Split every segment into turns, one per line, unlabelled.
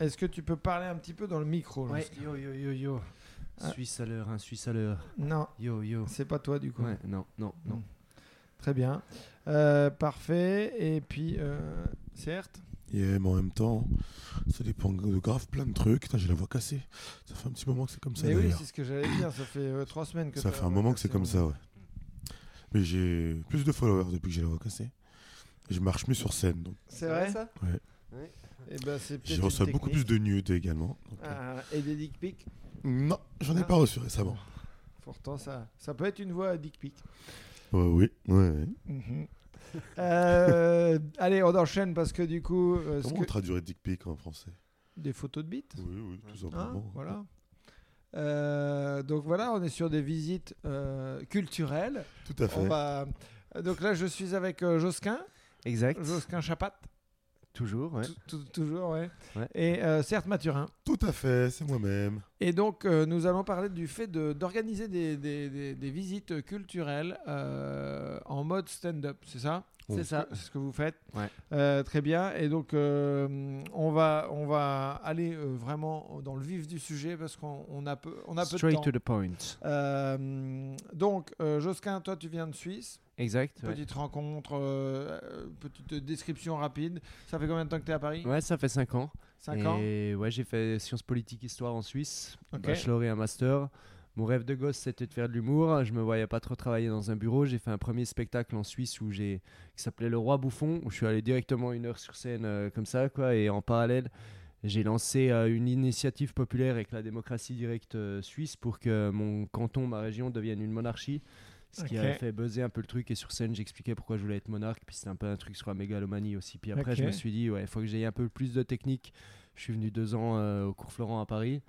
Est-ce que tu peux parler un petit peu dans le micro
Ouais,
Jean-Sébastien
yo, yo, yo, yo.
Ah.
Suisse à l'heure, un Suisse à l'heure.
Non,
Yo, yo.
c'est pas toi du coup.
Ouais, non, non, non.
Très bien. Euh, parfait. Et puis, euh, certes.
Yeah, mais en même temps, ça dépend de grave plein de trucs. Putain, j'ai la voix cassée. Ça fait un petit moment que c'est comme ça.
Mais oui,
d'ailleurs.
c'est ce que j'allais dire. Ça fait euh, trois semaines que
ça
t'as
fait un
la
moment que
vocation.
c'est comme ça, ouais. Mais j'ai plus de followers depuis que j'ai la voix cassée. Et Je marche mieux sur scène, donc
C'est vrai
ça
Eh ben, c'est peut-être
j'ai
une
reçu beaucoup plus
technique.
de nudes également. donc, euh,
Ah, et des dick pics.
Non, j'en ai
Ah.
pas reçu récemment.
Pourtant, ça, ça peut être une voix à dick pic.
Ouais, Ah bah oui, ouais, ouais.
Mhm. Euh, allez, on enchaîne parce que du coup, euh, ce
Comment
que-
on traduirait dick pic en français
des photos de bites.
Oui, oui, tout
hein,
simplement.
voilà. Euh, donc voilà, on est sur des visites euh, culturelles.
Tout à
On
fait.
va... Donc là, je suis avec euh, Josquin,
Exact.
Josquin Chapat,
Toujours, ouais.
tou- tou- toujours, ouais.
Ouais.
Et euh, certes Mathurin.
Tout à fait, c'est moi-même.
Et donc, euh, nous allons parler du fait de- d'organiser des, des- des- des visites culturelles euh, en mode stand-up, c'est ça
C'est
ce
ça.
que- C'est ce que vous faites.
Ouais.
Euh, très bien. Et donc, euh, on, va, on va aller euh, vraiment dans le vif du sujet parce qu'on on a peu, on a peu de
Straight
temps.
to the point.
Euh, donc, euh, Josquin, toi, tu viens de Suisse.
Exact. Ouais.
Petite rencontre, euh, euh, petite description rapide. Ça fait combien de temps que tu es à Paris
Ouais, ça fait 5 ans.
5
et
ans
ouais, j'ai fait sciences politiques histoire en Suisse,
Ok.
bachelor et un master. Mon rêve de gosse, c'était de faire de l'humour. Je me voyais pas trop travailler dans un bureau. J'ai fait un premier spectacle en Suisse où j'ai qui s'appelait Le Roi Bouffon, où je suis allé directement une heure sur scène euh, comme ça, quoi. Et en parallèle, j'ai lancé euh, une initiative populaire avec la démocratie directe euh, suisse pour que mon canton, ma région, devienne une monarchie. Ce qui
Ok.
a fait buzzer un peu le truc. Et sur scène, j'expliquais pourquoi je voulais être monarque. Puis c'était un peu un truc sur la mégalomanie aussi. Puis après, je
Ok.
me suis dit, ouais, il faut que j'aie un peu plus de technique. Je suis venu deux ans euh, au cours Florent à Paris.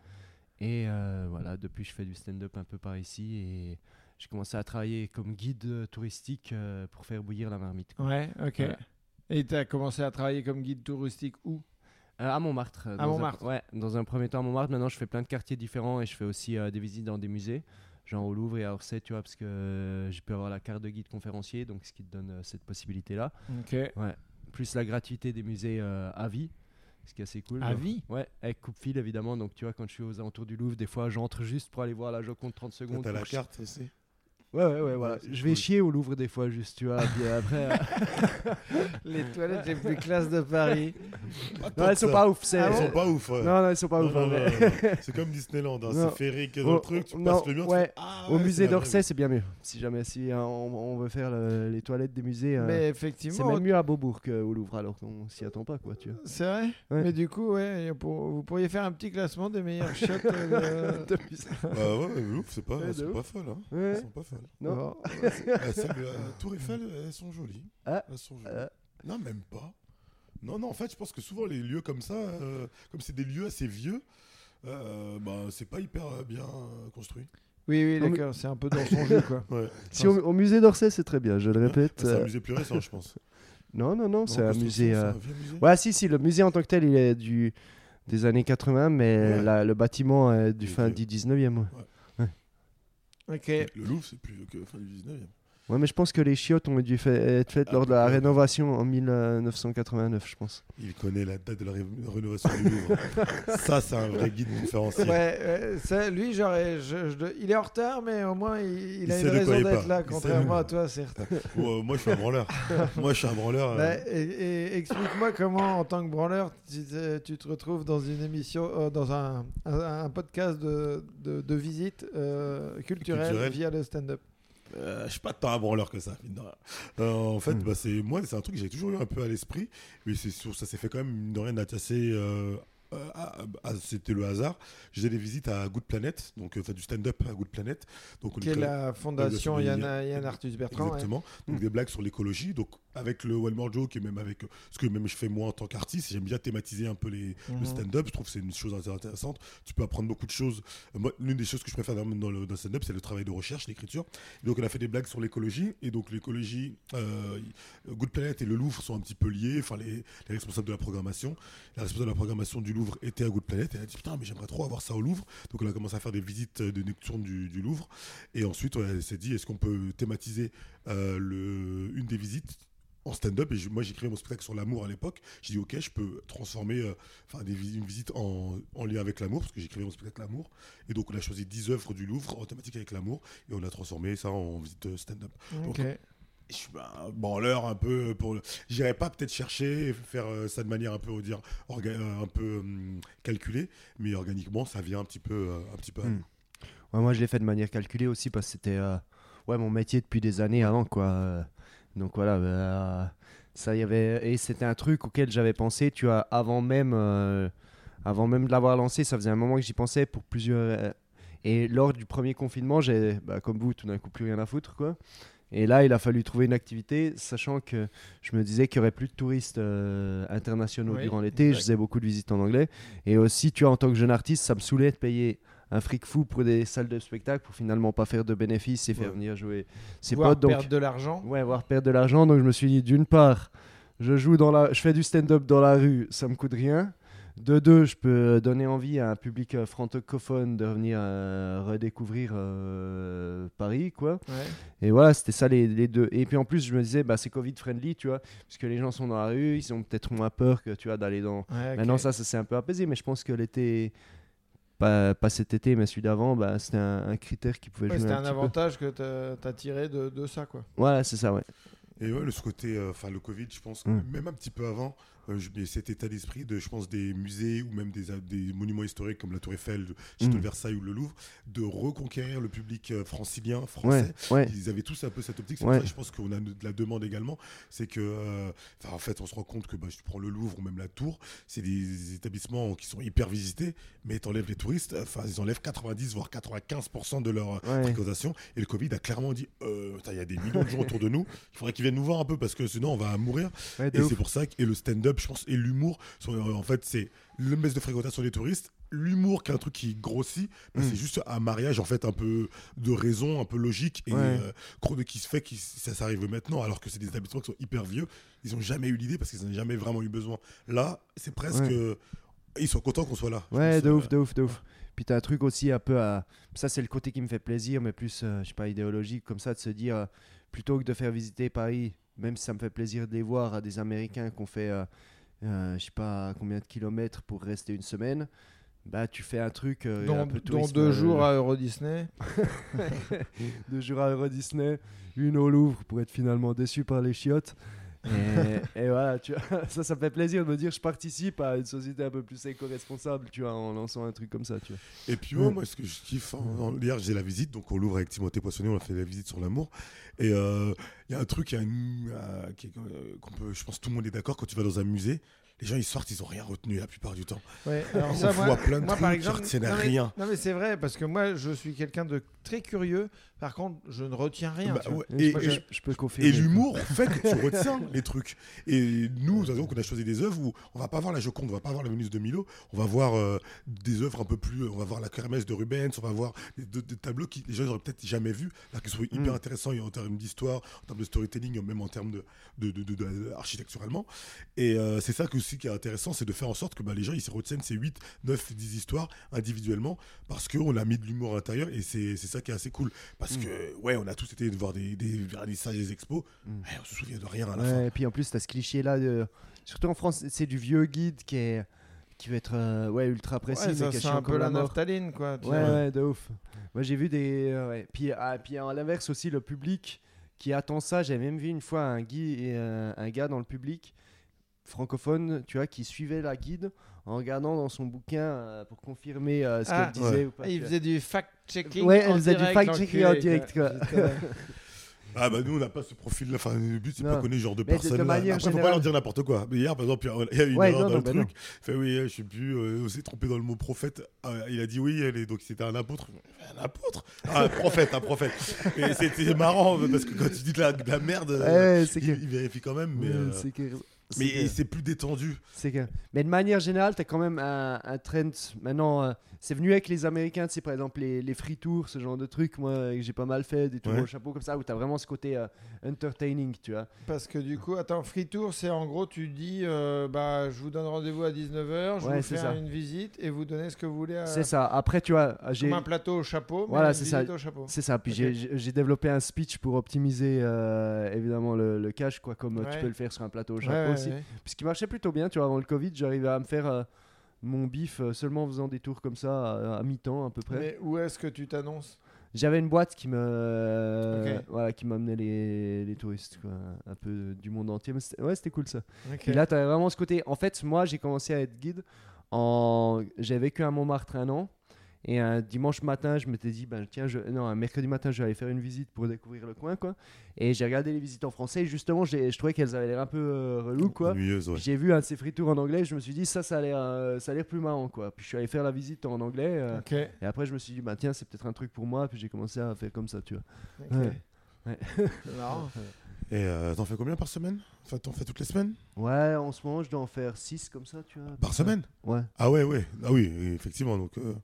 Et euh, voilà, depuis, je fais du stand-up un peu par ici. Et j'ai commencé à travailler comme guide euh, touristique euh, pour faire bouillir la marmite. quoi.
Ouais, ok.
Voilà.
Et tu as commencé à travailler comme guide touristique où
Euh, à Montmartre. euh,
À
dans un-
Montmartre.
ouais, dans un premier temps à Montmartre. Maintenant, je fais plein de quartiers différents et je fais aussi euh, des visites dans des musées, genre au Louvre et à Orsay, tu vois, parce que euh, j'ai pu avoir la carte de guide conférencier, donc ce qui te donne euh, cette possibilité-là.
Ok.
Plus la gratuité des musées euh, à vie, ce qui est assez cool.
À
genre.
vie
Ouais, avec coupe-fil évidemment. Donc tu vois, quand je suis aux alentours du Louvre, des fois j'entre juste pour aller voir la Joconde 30 secondes.
T'as la
pour-
carte aussi
Ouais, ouais, ouais, voilà.
Ouais, c'est
Je vais
cool.
chier au Louvre des fois, juste, tu vois. puis après, euh,
Les toilettes les plus classes de Paris.
Ah,
non, elles sont pas ouf, c'est.
Ah
Elles
bon
sont pas ouf. ouais.
Non, non, elles sont pas
Non,
ouf. hein,
non,
en vrai.
non, non, non. C'est comme Disneyland, hein.
Non.
c'est ferré que dans le
Oh,
truc, tu
non,
passes le mur, tu
ouais.
fais, Ah,
Au
ouais,
musée
c'est la vraie
d'Orsay,
vie.
c'est bien mieux. Si jamais si, hein, on, on veut faire le- les toilettes des musées, euh,
Mais
c'est
effectivement,
même mieux à Beaubourg qu'au Louvre, alors qu'on s'y attend pas, quoi, tu vois.
c'est vrai.
Ouais.
Mais du coup, ouais, et pour- vous pourriez faire un petit classement des meilleures chiottes. euh, de-
Bah ouais, mais ouf, c'est pas,
Ouais,
elles
de
sont
ouf.
pas folles. Hein.
Ouais.
Elles sont pas folles.
Non.
Bon.
La salle de la Tour Eiffel, elles sont jolies.
Ah,
Elles sont jolies.
euh.
Non, même pas. Non, non, en fait, je pense que souvent les lieux comme ça, euh, comme c'est des lieux assez vieux, euh, bah, c'est pas hyper euh, bien euh, construit.
Oui, oui,
Non, mais-
d'accord, c'est un peu dans son jeu, quoi.
Ouais.
Si au, au musée d'Orsay, c'est très bien, je le répète.
Bah, c'est
euh,
un musée plus récent, je pense.
non, non, non,
Non,
c'est un
construction,
musée.
c'est
euh,
un vieux musée.
Ouais, si, si, le musée en tant que tel, il est du... des années 80, mais
Ouais.
la- le bâtiment est du
Il est
fin
vieux.
du 19e. Ouais.
Ok.
Le Louvre, c'est plus que fin du 19e.
Ouais, mais je pense que les chiottes ont dû fa- être faites
Ah,
lors de la
peut-être.
rénovation en 1989, je pense.
Il connaît la date de la ré- rénovation du Louvre. ça, c'est un vrai guide différencié.
Ouais, ouais, ça, lui, j'aurais, je- je- il est en retard, mais au moins il, il
Il
a
sait
une
de quoi
raison
il
d'être
parle.
là,
Il sait
contrairement
de-
à toi, certes.
Ouais, euh, moi, je suis un branleur. moi, je suis un branleur. euh,
Bah, et, et explique-moi comment, en tant que branleur, tu te, tu te retrouves dans une émission, euh, dans un, un- un podcast de, de, de visite euh, culturelle
Culturelle.
via le stand-up.
Euh, je suis pas tant un branleur que ça. mine de rien. Euh, en fait,
Hmm.
bah, c'est moi, c'est un truc que j'ai toujours eu un peu à l'esprit, mais c'est sûr, ça s'est fait quand même mine de rien assez. euh, euh, à- à- C'était le hasard. J'ai des visites à Good Planet, donc euh, enfin, du stand-up à Good Planet. Donc on
Qui est
était-
la fondation
il y a-
Yann, Yann Arthus Bertrand. ouais. Hmm.
Exactement. Donc
Mm.
des blagues sur l'écologie. Donc avec le One More Joke et même avec euh, ce que même je fais moi en tant qu'artiste, j'aime bien thématiser un peu les,
Mhm.
le stand-up. Je trouve que c'est une chose assez intéressante. Tu peux apprendre beaucoup de choses. Euh, moi, L'une des choses que je préfère dans, dans le, dans le stand-up, c'est le travail de recherche, l'écriture. Et Donc on a fait des blagues sur l'écologie. Et donc l'écologie, euh, y- Good Planet et le Louvre sont un petit peu liés. Enfin les, les responsables de la programmation. La responsable de la programmation du Louvre était à Good Planet. Et elle a dit putain mais j'aimerais trop avoir ça au Louvre. Donc on a commencé à faire des visites euh, de nocturnes du, du Louvre. Et ensuite on s'est dit est-ce qu'on peut thématiser euh, le, une des visites en stand-up et je- moi j'écrivais mon spectacle sur l'amour à l'époque. J'ai dit ok, je peux transformer euh, enfin des vis- une visite en, en lien avec l'amour parce que j'écrivais mon spectacle l'amour et donc on a choisi 10 œuvres du Louvre en thématique avec l'amour et on a transformé ça en visite euh, stand-up.
Ok.
Et Je suis un branleur un peu pour le... J'irai pas peut-être chercher et faire euh, ça de manière un peu, on va dire, orga- euh, un peu hum, calculée, mais organiquement ça vient un petit peu, euh, un petit peu à
Hmm.
nous.
Ouais, moi, je l'ai fait de manière calculée aussi parce que c'était euh, ouais, mon métier depuis des années avant. Quoi. Euh, Donc voilà, bah, ça y avait. Et c'était un truc auquel j'avais pensé, tu vois, avant même, euh, avant même de l'avoir lancé. Ça faisait un moment que j'y pensais pour plusieurs. euh, Et lors du premier confinement, j'ai, bah, comme vous, tout d'un coup, plus rien à foutre, quoi. Et là, il a fallu trouver une activité, sachant que je me disais qu'il n'y aurait plus de touristes euh, internationaux
Oui,
durant l'été. Je
exact.
faisais beaucoup de visites en anglais. Et aussi, tu vois, en tant que jeune artiste, ça me saoulait de payer un fric fou pour des salles de spectacle pour finalement pas faire de bénéfices et faire
Ouais.
venir jouer ses
Voire
potes. Donc,
perdre de l'argent.
ouais, voire perdre de l'argent. Donc, je me suis dit, d'une part, je joue dans la, je fais du stand-up dans la rue, ça me coûte rien. De deux, je peux donner envie à un public euh, francophone de venir euh, redécouvrir euh, Paris, quoi.
Ouais.
Et voilà, c'était ça les, les deux. Et puis en plus, je me disais, bah, c'est Covid friendly, tu vois, parce que les gens sont dans la rue, ils ont peut-être moins peur que tu vois d'aller dans
Ouais, ok.
Maintenant, ça, ça s'est un peu apaisé, mais je pense que l'été, pas, pas cet été, mais celui d'avant, bah, c'était un, un critère qui pouvait
Ouais,
jouer
c'était
un,
un
petit
avantage que t'as- t'as tiré de, de ça, quoi.
peu. Voilà, c'est ça, ouais.
Et ouais, le, ce côté, euh, enfin le Covid, je pense,
Mm.
même un petit peu avant, euh, je- mais cet état d'esprit de, je pense, des musées ou même des, a- des monuments historiques comme la Tour Eiffel, le Château
Mm.
de Versailles ou le Louvre, de reconquérir le public euh, francilien, français.
Ouais, ouais.
Ils avaient tous un peu cette optique. C'est
Ouais.
pour ça que je pense qu'on a de la demande également. C'est que, euh, enfin, en fait, on se rend compte que bah, je prends le Louvre ou même la Tour, c'est des établissements qui sont hyper visités, mais t'enlèves les touristes, enfin, ils enlèvent 90 voire 95% de leur
Ouais.
préconisation. Et le Covid a clairement dit euh, putain, il y a des millions de gens autour de nous, il faudrait qu'ils viennent nous voir un peu parce que sinon on va mourir.
Ouais, de
Et
ouf.
c'est pour ça que et le stand-up, je pense, et l'humour, sont- euh, en fait, c'est le baisse de fréquentation des touristes. L'humour, qui est un truc qui grossit, bah,
Mm.
c'est juste un mariage en fait un peu de raison, un peu logique et
Ouais.
euh, gros, de qui se fait, qui ça s'arrive maintenant, alors que c'est des établissements qui sont hyper vieux. Ils n'ont jamais eu l'idée parce qu'ils n'ont jamais vraiment eu besoin. Là, c'est presque,
Ouais.
euh, ils sont contents qu'on soit là. Je
Ouais,
pense,
de
euh,
ouf, de ouf, de ouf. Puis t'as un truc aussi un peu à. Ça, c'est le côté qui me fait plaisir, mais plus, euh, je sais pas, idéologique, comme ça, de se dire, euh, plutôt que de faire visiter Paris, même si ça me fait plaisir de les voir à des Américains qu'on fait, euh, euh, je sais pas, combien de kilomètres pour rester une semaine, bah, tu fais un truc. euh,
Dans,
un peu
dans
tourisme,
deux
euh,
jours à Euro Disney.
de Jura Euro Disney, une au Louvre pour être finalement déçu par les chiottes. Et, et voilà, tu vois, ça, ça me fait plaisir de me dire je participe à une société un peu plus éco-responsable, tu vois, en lançant un truc comme ça, tu vois.
Et puis ouais,
Ouais.
moi, ce que je kiffe, hein, en- hier j'ai la visite, donc on l'ouvre avec Timothée Poissonnier, on a fait la visite sur l'amour. Et euh, il y a un truc, il y a une- euh, qui est- euh, qu'on peut, je pense que tout le monde est d'accord, quand tu vas dans un musée, les gens ils sortent, ils ont rien retenu la plupart du temps.
Ouais, alors
On
ça,
voit
moi,
plein de
moi,
trucs,
par
ils
exemple,
retiennent
non, mais-
rien.
Non mais c'est vrai parce que moi je suis quelqu'un de très curieux. Par contre, je ne retiens rien.
Bah
tu vois.
ouais,
Et,
et-
je,
et-
je peux confirmer.
Et l'humour fait que tu retiens les trucs. Et nous, par exemple, on a choisi des œuvres où on va pas voir la Joconde, on va pas voir la Venus de Milo, on va voir euh, des œuvres un peu plus, on va voir la Kermesse de Rubens, on va voir des, des- des tableaux que les gens n'auraient peut-être jamais vus, là qui sont hyper
Mm.
intéressants et en termes d'histoire, en termes de storytelling, même en termes de, de, de- de- de- architecturalement. Et euh, c'est ça que, aussi qui est intéressant, c'est de faire en sorte que bah, les gens ils se retiennent ces 8, 9, 10 histoires individuellement parce qu'on a mis de l'humour à l'intérieur et c'est c'est ça qui est assez cool. Parce
Mm.
que, ouais, on a tous été voir des, des vernissages, des expos,
Mm.
eh, on se souvient de rien à la
Ouais, et puis en plus, t'as ce cliché-là, de- surtout en France, c'est du vieux guide qui est qui va être euh, ouais, ultra précis,
Ouais,
mais
ça,
qui est
c'est
chiant
un peu
comme
la
mort.
naphtaline quoi. tu
Ouais,
vois.
ouais, de ouf. Moi, j'ai vu des. euh, ouais. Puis, ah, puis à l'inverse aussi, le public qui attend ça. J'avais même vu une fois un, gui- et, euh, un gars dans le public francophone, tu vois, qui suivait la guide en regardant dans son bouquin euh, pour confirmer euh, ce
Ah,
qu'elle disait
ouais.
ou pas.
Ah,
tu
il
vois.
faisait du fact-checking.
Ouais, elle
en
faisait du
direct,
fact-checking en
l'enculé,
direct, quoi. euh,
Putain.
fin. Ah bah nous, on n'a pas ce profil-là. Enfin, le but, c'est
Non.
pas qu'on ait ce genre de
Mais de- de
personnes. là.
manière
Après, faut pas
générale-
leur dire n'importe quoi. Mais hier, par exemple, il y a- il y a eu une
Ouais,
erreur
non,
dans
non,
le
bah
truc. Fait, oui, euh, je sais plus, euh, on s'est trompé dans le mot prophète. Ah, il a dit oui, elle est- donc c'était un apôtre. Un apôtre Ah, Un prophète, un prophète. Et c'était marrant parce que quand tu dis de la, de la merde, euh,
Ouais, c'est
il,
que-
il vérifie quand même. Mais,
Ouais,
euh,
c'est que-
Mais
que-
c'est plus détendu.
c'est que- Mais de manière générale, tu as quand même un, un trend. Maintenant, euh, c'est venu avec les Américains, tu sais, par exemple, les, les free tours, ce genre de trucs, moi, euh, que j'ai pas mal fait, des tours
Ouais.
au chapeau comme ça, où tu as vraiment ce côté euh, entertaining, tu vois.
Parce que du coup, attends, free tour, c'est en gros, tu dis, euh, bah, je vous donne rendez-vous à 19h, je
Ouais,
vous
c'est
fais
ça.
une visite et vous donnez ce que vous voulez à...
C'est ça. Après, tu vois, euh, j'ai.
Comme un plateau au chapeau, mais
Voilà,
une
c'est ça.
visite au chapeau.
C'est ça. Puis
Ok.
j'ai- j'ai- j'ai développé un speech pour optimiser euh, évidemment le, le cash, quoi, comme euh, tu
Ouais.
peux le faire sur un plateau au
Ouais,
chapeau
ouais,
aussi.
ouais.
Puis ce qui marchait plutôt bien, tu vois, avant le Covid, j'arrivais à me faire euh, mon bif euh, seulement en faisant des tours comme ça euh, à, à mi-temps à peu près.
Mais où est-ce que tu t'annonces
J'avais une boîte qui me
Ok.
voilà qui m'amenait les, les touristes quoi, un peu du monde entier. Mais c'était- ouais, c'était cool ça.
Ok.
Puis là, tu avais vraiment ce côté. En fait, moi, j'ai commencé à être guide. En... J'ai vécu à Montmartre un an. Et un dimanche matin, je m'étais dit, ben, tiens, je... non, un mercredi matin, je vais aller faire une visite pour découvrir le coin. quoi. Et j'ai regardé les visites en français. Et justement, j'ai- je trouvais qu'elles avaient l'air un peu euh, reloues. Quoi.
Ennuyeuse, ouais.
J'ai vu un de ces free tours en anglais. Je me suis dit, ça, ça a l'air, euh, ça a l'air plus marrant. Quoi. Puis je suis allé faire la visite en anglais. euh,
Ok,
Et après, je me suis dit, ben, tiens, c'est peut-être un truc pour moi. Puis j'ai commencé à faire comme ça. tu vois.
ok.
Ouais. Ouais.
C'est marrant.
Et euh, t'en fais combien par semaine Enfin, t'en fais toutes les semaines
Ouais, en ce moment, je dois en faire 6 comme ça. Tu vois,
Par semaine
Ouais.
Ah ouais, ouais. Ah oui, effectivement. Donc, euh,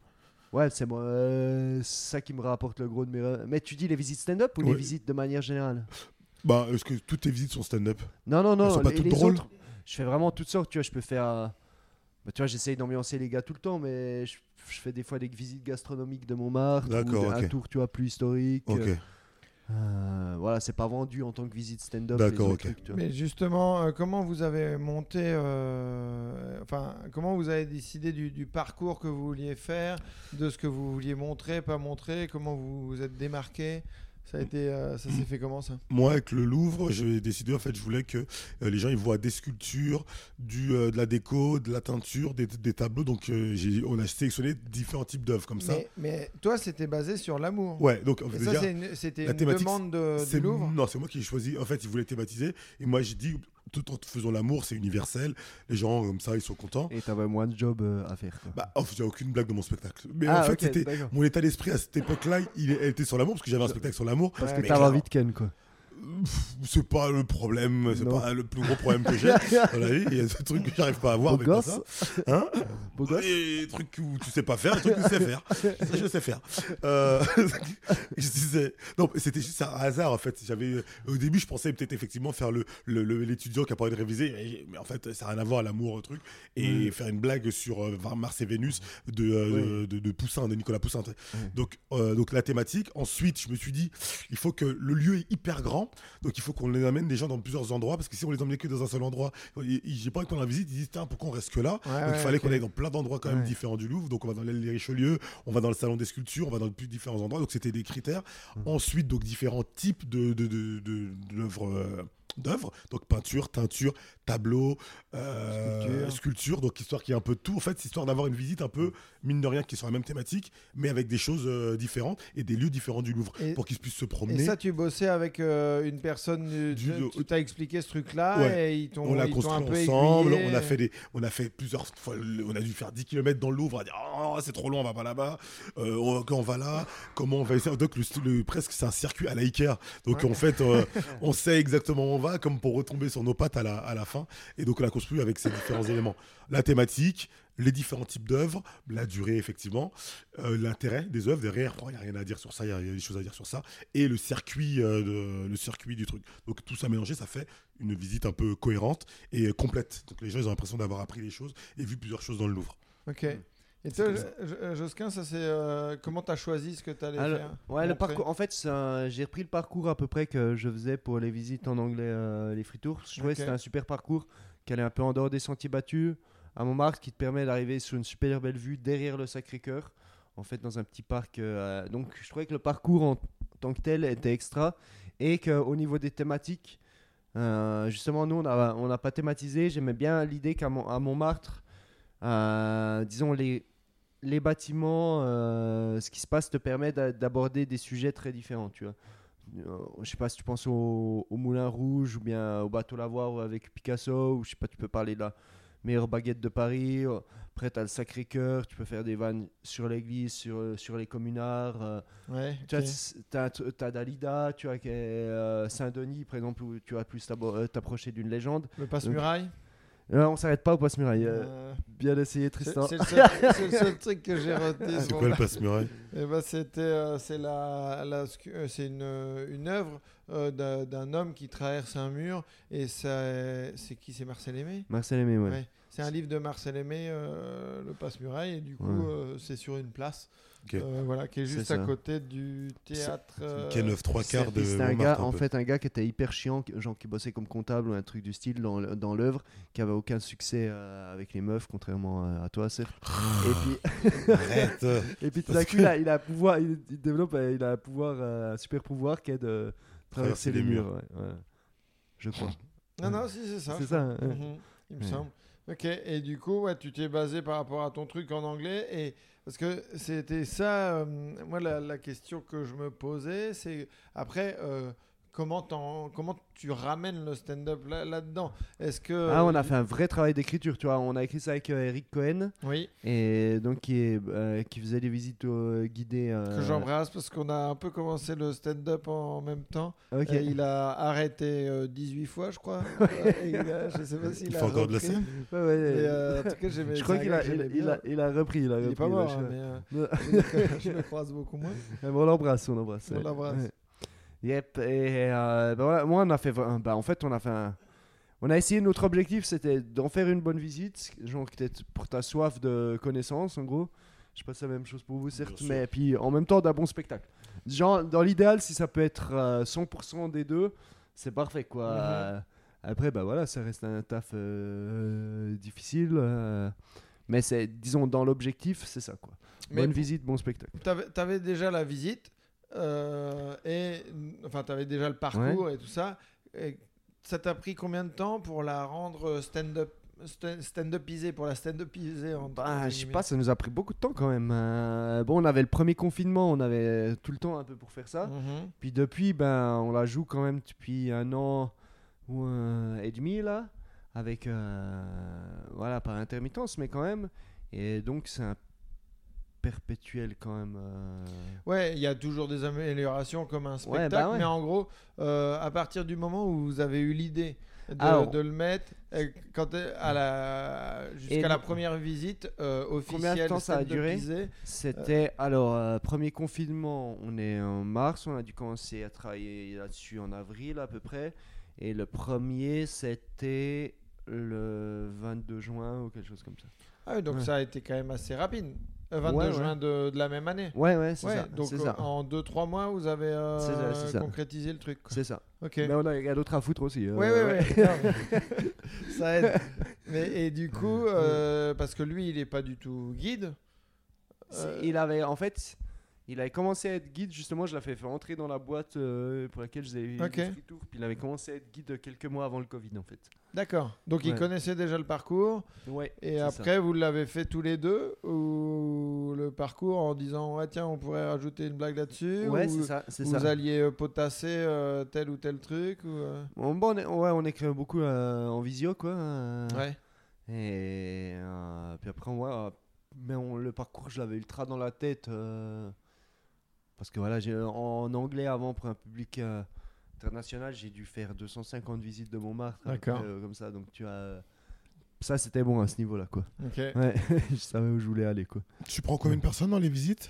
Ouais, c'est moi, euh, ça qui me rapporte le gros de mes. re- Mais tu dis les visites stand-up ou les
Ouais.
visites de manière générale
bah, est-ce que toutes tes visites sont stand-up
Non, non, non.
sont pas
les,
toutes
les
drôles
autres, je fais vraiment toutes sortes. Tu vois, je peux faire. euh, bah, tu vois, j'essaye d'ambiancer les gars tout le temps, mais je, je fais des fois des visites gastronomiques de Montmartre, ou
D'accord,
de- un
ok.
tour, tu vois, plus historique.
Ok.
euh, euh, voilà, c'est pas vendu en tant que visite stand-up.
D'accord,
les autres
ok.
trucs, tu vois.
Mais justement, euh, comment vous avez monté, euh, enfin, comment vous avez décidé du, du parcours que vous vouliez faire, de ce que vous vouliez montrer, pas montrer, comment vous vous êtes démarqué Ça a été, euh, ça s'est fait comment ça
Moi, avec le Louvre, j'ai décidé, en fait, je voulais que euh, les gens ils voient des sculptures, du, euh, de la déco, de la teinture, des, des tableaux. Donc, euh, j'ai- on a sélectionné différents types d'œuvres comme ça.
mais, mais toi, c'était basé sur l'amour.
Ouais, donc, en fait,
Et ça,
déjà,
c'est une- c'était
la
une
thématique,
demande de,
C'est-
du Louvre.
Non, c'est moi qui ai choisi. En fait, ils voulaient thématiser. Et moi, j'ai dit, tout en faisant l'amour, c'est universel. Les gens, comme ça, ils sont contents.
Et t'avais moins de job euh, à faire. quoi.
Bah, en fait, il n'y a aucune blague de mon spectacle. Mais
Ah,
en fait,
ok,
c'était.
d'accord.
Mon état d'esprit à cette époque-là, il il était sur l'amour, parce que j'avais un spectacle sur l'amour.
Parce
Ouais,
que
mais
t'avais
clairement.
envie de Ken, quoi.
Pff, C'est pas le problème, c'est
Non.
pas le plus gros problème que j'ai dans la vie. Il y a des trucs que j'arrive pas à voir,
Beau
mais pas
gosse,
ça. Hein
beau gosse.
Et des trucs où tu sais pas faire, des trucs que tu sais faire. Ça, je sais faire. Euh, je disais. Non, mais c'était juste un hasard, en fait. J'avais, euh, au début, je pensais peut-être effectivement faire le, le- le- l'étudiant qui a pas envie de réviser. mais- Mais en fait, ça n'a rien à voir, l'amour, le truc. Et faire une blague sur euh, Mars et Vénus de, euh, de, de Poussin, de Nicolas Poussin. tu sais.
Ouais.
Donc, euh, donc, la thématique. Ensuite, je me suis dit, il faut que le lieu est hyper grand. Donc, il faut qu'on les amène des gens dans plusieurs endroits. Parce que si on les emmenait que dans un seul endroit, ils- ils- j'ai pas envie qu'on la visite. Ils disent, tiens, pourquoi on reste que là
Ouais,
donc
ouais,
il fallait
ok.
qu'on aille dans plein d'endroits quand même
Ouais.
différents du Louvre. Donc on va dans l'aile des Richelieu, on va dans le salon des sculptures, on va dans plus différents endroits. Donc c'était des critères.
Mmh.
Ensuite, donc différents types de de- de- de- d'œuvres. euh, d'œuvres. donc peinture, teinture, tableau, euh,
Sculpture.
sculpture. donc histoire qu'il y ait un peu de tout, en fait, c'est histoire d'avoir une visite un peu,
Mmh.
mine de rien, qui est sur la même thématique, mais avec des choses euh, différentes et des lieux différents du Louvre,
Et-
pour qu'ils puissent se
Et
promener.
ça, tu bossais avec euh, une personne du,
Du-
tu- tu t'as expliqué ce truc-là
Ouais.
et ils t'ont
on l'a
ils t'ont un
construit
peu
ensemble,
aiguillé.
on a, fait des, on a fait plusieurs fois, le- on a dû faire 10 km dans le Louvre, à dire oh, c'est trop long, on va pas là-bas, Euh, on, quand on va là, comment on va essayer. Donc le, le- presque c'est un circuit à la Ikea. Donc
Ouais.
en fait, euh, on sait exactement où on va, comme pour retomber sur nos pattes à la, à la fin. Et donc on a construit avec ces différents éléments. La thématique, les différents types d'œuvres, la durée effectivement, euh, l'intérêt des œuvres derrière, il n'y a rien à dire sur ça, il y, a il y a des choses à dire sur ça, et le circuit, euh, de- le circuit du truc. Donc tout ça mélangé, ça fait une visite un peu cohérente et complète. Donc les gens, ils ont l'impression d'avoir appris des choses et vu plusieurs choses dans le Louvre.
Ok. Et
Mm. C'est
toi,
comme ça.
Jo- Jo- Josquin, ça c'est euh, comment t'as choisi ce que t'allais
Ah, le-
faire
ouais, le
montrer
parcours. En fait, c'est un- j'ai repris le parcours à peu près que je faisais pour les visites en anglais, euh, les free tours. Je trouvais
Ok.
que c'était un super parcours qui allait un peu en dehors des sentiers battus à Montmartre, qui te permet d'arriver sur une super belle vue derrière le Sacré-Cœur, en fait, dans un petit parc. euh, donc, je trouvais que le parcours en tant que tel était extra et qu'au niveau des thématiques, euh, justement, nous, on n'a on n'a pas thématisé. J'aimais bien l'idée qu'à Mon- à Montmartre, euh, disons, les, les bâtiments, euh, ce qui se passe te permet d'a- d'aborder des sujets très différents, tu vois. Euh, Je sais pas si tu penses au, au Moulin Rouge ou bien au bateau lavoir avec Picasso ou je sais pas, tu peux parler de la meilleure baguette de Paris. euh, Après, t'as le Sacré-Cœur, tu peux faire des vannes sur l'église, sur, euh, sur les communards. euh,
Ouais,
tu
ok.
vois, c'est- t'as as Dalida, tu as euh, Saint-Denis, par exemple, où tu vas plus t'abo- euh, t'approcher d'une légende.
Le passe-muraille.
Euh, on s'arrête pas au passe-muraille. euh,
euh,
bien essayé,
c'est
Tristan.
c'est le, seul- c'est le seul truc que j'ai
Ah,
retenu.
C'est quoi le passe-muraille
Eh ben, c'était, euh, c'est la, la scu- euh, c'est une, euh, une œuvre euh, d'un, d'un homme qui traverse un mur et ça, c'est qui C'est Marcel Aimé.
Marcel Aimé, ouais.
Ouais. C'est un livre de Marcel Aimé, euh, le passe-muraille, et du coup,
Ouais.
euh, c'est sur une place,
Ok.
euh, voilà, qui est juste
C'est
à
ça.
côté du théâtre. euh,
Qui est 9 3 quarts de.
C'était un
Montmartre,
gars,
un
en
peu.
fait, un gars qui était hyper chiant, que- genre qui bossait comme comptable ou un truc du style dans, le- dans l'œuvre, qui avait aucun succès euh, avec les meufs, contrairement à- à toi, Serge. Et puis,
Arrête euh,
et puis tout
Parce
d'un coup,
que-
il a, il a un pouvoir, il, il développe, euh, il a un pouvoir, euh, un super pouvoir qui est de traverser les murs. ouais, ouais. Je crois.
Non, non, si, c'est ça.
C'est ça. hein.
Mhm, il me
Ouais.
semble. Ok, et du coup, ouais, tu t'es basé par rapport à ton truc en anglais. Et... Parce que c'était ça, euh, moi, la, la question que je me posais, c'est après, euh, comment, t'en- comment tu ramènes le stand-up là- là-dedans Est-ce que.
Ah, on a fait un vrai travail d'écriture, tu vois. On a écrit ça avec euh, Eric Cohen,
Oui,
et donc qui, est, euh, qui faisait des visites euh, guidées. euh,
que j'embrasse parce qu'on a un peu commencé le stand-up en même temps.
euh, ok.
Et il a arrêté euh, 18 fois, je crois. Et il a- je sais pas s'il
Il
a.
fait encore de la
repris,
scène
Ouais, ouais,
mais,
ouais.
euh, en tout cas, j'aimais-
Je crois
c'est un
qu'il
gars
a,
que
il,
j'aimais
il
bien.
a, il a repris. Il, a
Il est
repris,
pas
là,
mort,
je-
hein, mais euh,
Non.
je le croise beaucoup moins.
Mais on l'embrasse, on l'embrasse.
On
ouais.
l'embrasse.
Ouais. Yep. Et euh, bah voilà, moi, on a fait. vra- Bah, en fait, on a fait un- On a essayé, notre objectif, c'était d'en faire une bonne visite, genre peut-être pour ta soif de connaissance, en gros. Je passe la même chose pour vous, certes,
sûr.
mais puis en même temps d'un bon spectacle. Genre, dans l'idéal, si ça peut être euh, 100% des deux, c'est parfait, quoi.
Mhm.
Euh, Après, bah voilà, ça reste un taf euh, difficile, euh, mais c'est, disons, dans l'objectif, c'est ça, quoi.
Mais
Bonne visite, bon spectacle.
T'avais, t'avais déjà la visite euh, et enfin t'avais déjà le parcours et tout ça. Et ça t'a pris combien de temps pour la rendre stand-up, sta- stand-upisée pour la stand-upiser en
Bah,
entre
je sais
guillemets
pas, ça nous a pris beaucoup de temps quand même. Euh, bon, on avait le premier confinement, on avait tout le temps un peu pour faire ça.
Mhm.
Puis depuis, ben, on la joue quand même depuis un an ou un et demi là, avec euh, voilà par intermittence, mais quand même. Et donc c'est un perpétuel quand même. euh,
Ouais, il y a toujours des améliorations comme un spectacle,
bah ouais.
mais en gros, euh, à partir du moment où vous avez eu l'idée de,
Alors-
de le mettre, et quand à la
Et
jusqu'à la
donc-
première visite euh, officielle,
Combien de temps ça a duré
stand-upisée,
C'était alors euh, premier confinement, on est en mars, on a dû commencer à travailler là-dessus en avril à peu près, et le premier c'était le 22 juin ou quelque chose comme ça.
Ah oui, donc
Ouais.
ça a été quand même assez rapide. Euh, 22
Ouais, ouais.
juin De, de la même année.
Ouais ouais c'est
Ouais,
ça.
donc
c'est
euh,
ça.
en 2-3 mois, vous avez euh,
C'est ça, c'est ça.
concrétisé le truc. quoi.
C'est ça.
Ok.
Mais on a, il y a d'autres à foutre aussi. euh,
ouais, ouais, ouais. Non, mais- ça aide. Mais, et du coup, euh, parce que lui, il n'est pas du tout guide.
C'est-
Euh,
Il avait en fait, il avait commencé à être guide justement. Je l'avais fait entrer dans la boîte euh, pour laquelle je faisais eu
Ok.
le free tour. Puis il avait commencé à être guide quelques mois avant le Covid en fait.
D'accord. Donc il
Ouais.
connaissait déjà le parcours.
Ouais.
Et après, vous l'avez fait tous les deux Ou le parcours en disant ouais, tiens, on pourrait rajouter une blague là-dessus
Ouais,
Ou
c'est ça, c'est
vous
ça.
alliez euh, potasser euh, tel ou tel truc ou, euh,
Bon, bon, on, est- ouais, on écrit beaucoup euh, en visio quoi. euh,
Ouais.
Et euh, puis après, ouais, euh, mais on- le parcours, je l'avais ultra dans la tête. euh, parce que voilà, j'ai- en anglais, avant, pour un public euh, international, j'ai dû faire 250 visites de Montmartre. à peu
D'accord.
près, euh, comme ça, donc tu as. Ça, c'était bon à ce niveau-là, quoi.
Ok.
Ouais, je savais où je voulais aller, quoi.
Tu prends combien de personnes dans les visites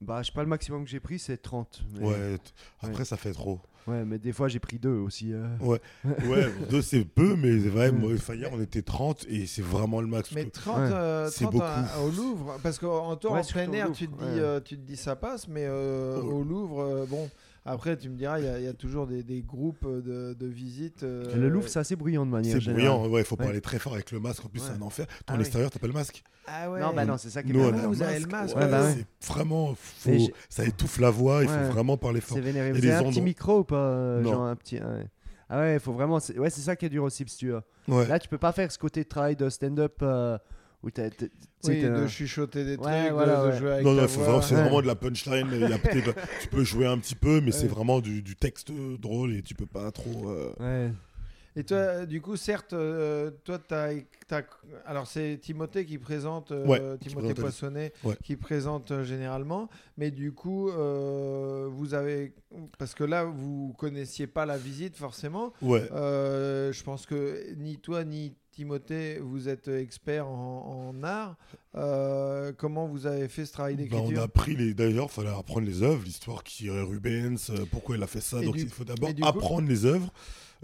Bah, je sais pas, le maximum que j'ai pris, c'est 30. Mais,
Ouais. t- Après, ça fait trop.
ouais, mais des fois, j'ai pris deux aussi. euh.
Ouais, deux, c'est peu, mais c'est vrai,
Mm.
moi, enfin, hier, on était 30 et c'est vraiment le max.
Mais
quoi.
30,
Ouais.
euh,
C'est
30 à-
beaucoup.
au Louvre, parce qu'en toi,
Ouais,
en
surtout
plein
au
air,
Louvre,
tu te, dis,
ouais.
euh, tu te dis ça passe, mais euh,
Oh.
au Louvre, euh, bon, après tu me diras, il y a- il y, a toujours des, des groupes de, de visites. euh,
Le Louvre, c'est assez bruyant de manière
C'est
générale.
bruyant, ouais, faut pas
Ouais.
aller très fort avec le masque, en plus
Ouais.
c'est un enfer.
Ah
Ton
oui.
extérieur, t'as pas le masque.
Ah ouais,
Non, bah non, c'est ça qui est
hein. Nous,
bien.
on a
Ah,
un
vous avez le masque,
ouais,
ouais, bah ouais.
C'est vraiment, faut-
Et j'ai-
ça étouffe la voix, il
Ouais.
faut vraiment parler fort.
C'est vénéré. Vous
des
avez un
ondes,
petit
on-
micro ou pas euh,
Non.
Genre un petit. ah ouais. Ah ouais, faut vraiment. c'est- Ouais, c'est ça qui est dur aussi, parce que
euh,
tu vois.
Ouais.
Là, tu peux pas faire ce côté de travail de stand-up euh, où t'as. t'as- tu sais,
Oui,
t'as-
de chuchoter des
euh, Ouais,
trucs, de-
voilà,
de,
ouais.
jouer avec
Non,
ta
non, faut
voix.
vraiment- c'est
Ouais.
vraiment de la punchline. il y a peut-être- tu peux jouer un petit peu, mais c'est
Ouais.
vraiment du, du texte drôle et tu peux pas trop. euh,
Ouais.
Et toi, du coup, certes, euh, toi, t'as, t'as- alors c'est Timothée qui présente, euh,
Ouais, qui
Timothée
présente-
Poissonnet,
Ouais.
qui présente euh, généralement, mais du coup, euh, vous avez, parce que là, vous connaissiez pas la visite forcément.
Ouais.
Euh, je pense que ni toi ni Timothée, vous êtes expert en, en art. Euh, comment vous avez fait ce travail
Bah, on
d'écriture
a pris les. D'ailleurs, fallait apprendre les œuvres, l'histoire qui est Rubens, euh, pourquoi il a fait ça.
Et
Donc,
du-
il faut d'abord
et du coup-
apprendre les œuvres.